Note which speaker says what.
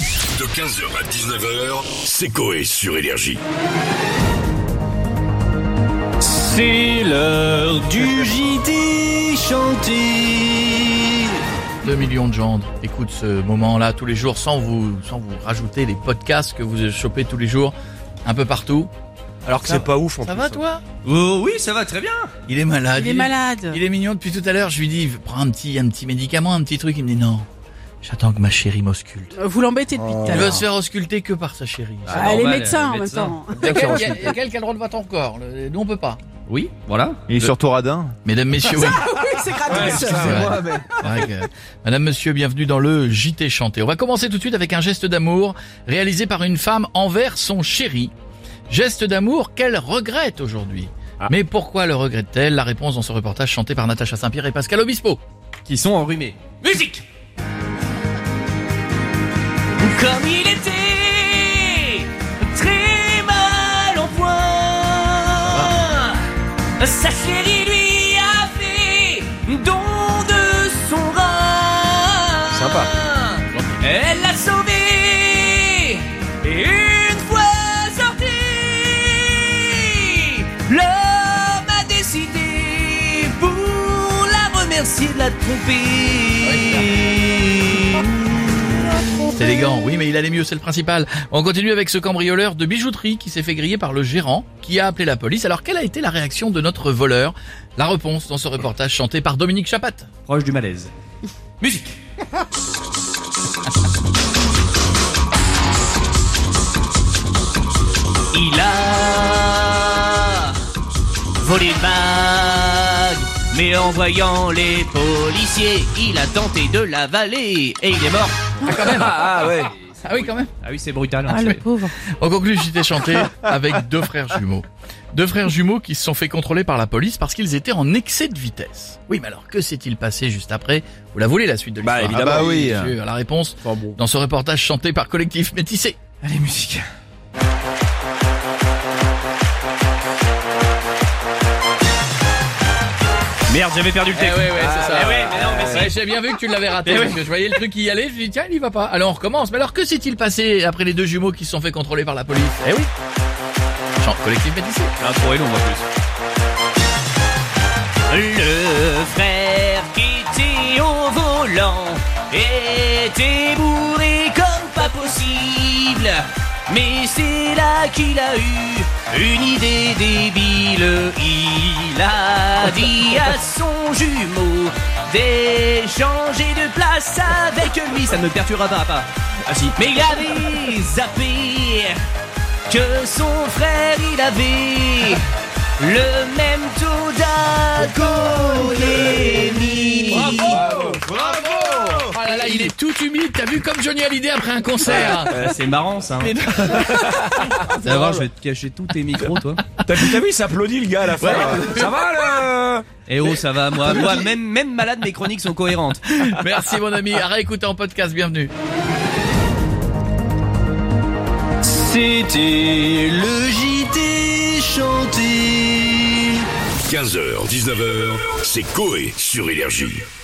Speaker 1: De 15h à 19h, c'est Coé sur Énergie.
Speaker 2: C'est l'heure du JT chanté.
Speaker 3: 2 millions de gens écoutent ce moment-là tous les jours sans vous, sans vous rajouter les podcasts que vous chopez tous les jours un peu partout. Alors que
Speaker 4: C'est
Speaker 3: ça,
Speaker 4: pas ouf en
Speaker 3: ça
Speaker 4: plus. hein.
Speaker 3: va toi
Speaker 2: Oh oui, ça va très bien.
Speaker 3: Il est
Speaker 2: Ah,
Speaker 3: malade.
Speaker 5: Il est malade.
Speaker 3: Il est mignon depuis tout à l'heure. Je lui dis, prends un petit, un petit médicament, un petit truc. Il me dit non. J'attends que ma chérie m'ausculte.
Speaker 5: Vous l'embêtez depuis tout à
Speaker 3: Elle va
Speaker 5: l'heure.
Speaker 3: se faire ausculter que par sa chérie.
Speaker 5: Oh. Ah,
Speaker 2: normal,
Speaker 5: les médecins en
Speaker 2: les
Speaker 5: même
Speaker 2: médecins.
Speaker 5: temps.
Speaker 3: Il y a quel- il y a- il y a quel qui a le droit de voir ton corps. Le- Nous on peut pas.
Speaker 2: Oui, voilà.
Speaker 6: Il est surtout radin.
Speaker 3: Mesdames, messieurs, oui.
Speaker 5: oui, c'est gratos.
Speaker 3: C'est vrai. Ah C'est vrai que- Madame, monsieur, bienvenue dans le JT chanté. On va commencer tout de suite avec un geste d'amour réalisé par une femme envers son chéri. Geste d'amour qu'elle regrette aujourd'hui. Mais pourquoi le regrette-t-elle La réponse dans ce reportage chanté par Natacha Saint-Pierre et Pascal Obispo.
Speaker 4: Qui sont enrhumés.
Speaker 2: Musique. Comme il était très mal en point, sa chérie lui a fait don de son rein.
Speaker 4: Sympa.
Speaker 2: Elle l'a sauvé et une fois sorti, l'homme a décidé pour la remercier de la tromper.
Speaker 3: C'est élégant, oui, mais il allait mieux, c'est le principal. On continue avec ce cambrioleur de bijouterie qui s'est fait griller par le gérant qui a appelé la police. Alors, quelle a été la réaction de notre voleur La réponse dans ce reportage chanté par Dominique Chapat.
Speaker 4: Proche du malaise.
Speaker 2: Musique. Il a volé une bague, mais en voyant les policiers, il a tenté de l'avaler et il est mort.
Speaker 4: Ah, ah, ouais.
Speaker 3: Ah oui, quand même.
Speaker 4: Ah oui, c'est brutal. hein,
Speaker 5: Ah, le
Speaker 4: c'est-
Speaker 5: pauvre.
Speaker 3: On conclut J'étais chanté avec deux frères jumeaux. Deux frères jumeaux qui se sont fait contrôler par la police parce qu'ils étaient en excès de vitesse. Oui, mais alors que s'est-il passé juste après Vous la voulez la suite de
Speaker 4: Bah,
Speaker 3: l'histoire
Speaker 4: évidemment.
Speaker 3: Ah
Speaker 6: Ah oui.
Speaker 3: bien sûr, La réponse
Speaker 4: Enfin, bon.
Speaker 3: dans ce reportage chanté par Collectif Métissé.
Speaker 4: Allez, musique. Merde, j'avais perdu le texte.
Speaker 3: Eh
Speaker 4: Ah,
Speaker 3: c'est ça.
Speaker 2: mais non, mais si.
Speaker 3: J'ai bien vu que tu l'avais
Speaker 4: Eh
Speaker 3: raté parce que je voyais le truc y aller, je me dis tiens, il y va pas. Alors on recommence. Mais alors que s'est-il passé après les deux jumeaux qui se sont fait contrôler par la police
Speaker 4: Eh oui.
Speaker 3: Chant Collectif Métissé.
Speaker 4: L'intro est longue en plus.
Speaker 2: Le frère qui était au volant était bourré comme pas possible. Mais c'est là qu'il a eu une idée débile. Il a dit à son jumeau d'échanger de place avec lui. Ça ne me perturbera pas. pas. Ah si. Mais il avait zappé que son frère il avait le même taux d'alcoolémie.
Speaker 3: Oh là là, il est tout humide. T'as vu comme Johnny Hallyday après un concert.
Speaker 4: c'est marrant ça. Hein. Tu vas voir, je vais te cacher tous tes micros, toi.
Speaker 6: T'as vu, t'as vu, il s'applaudit le gars à la fin.
Speaker 4: Ça va là Eh oh, ça va, moi. Moi, même, même malade, mes chroniques sont cohérentes.
Speaker 3: Merci mon ami, à réécouter en podcast, bienvenue.
Speaker 2: C'était le JT chanté.
Speaker 1: 15h, 19h, c'est Coé sur Énergie.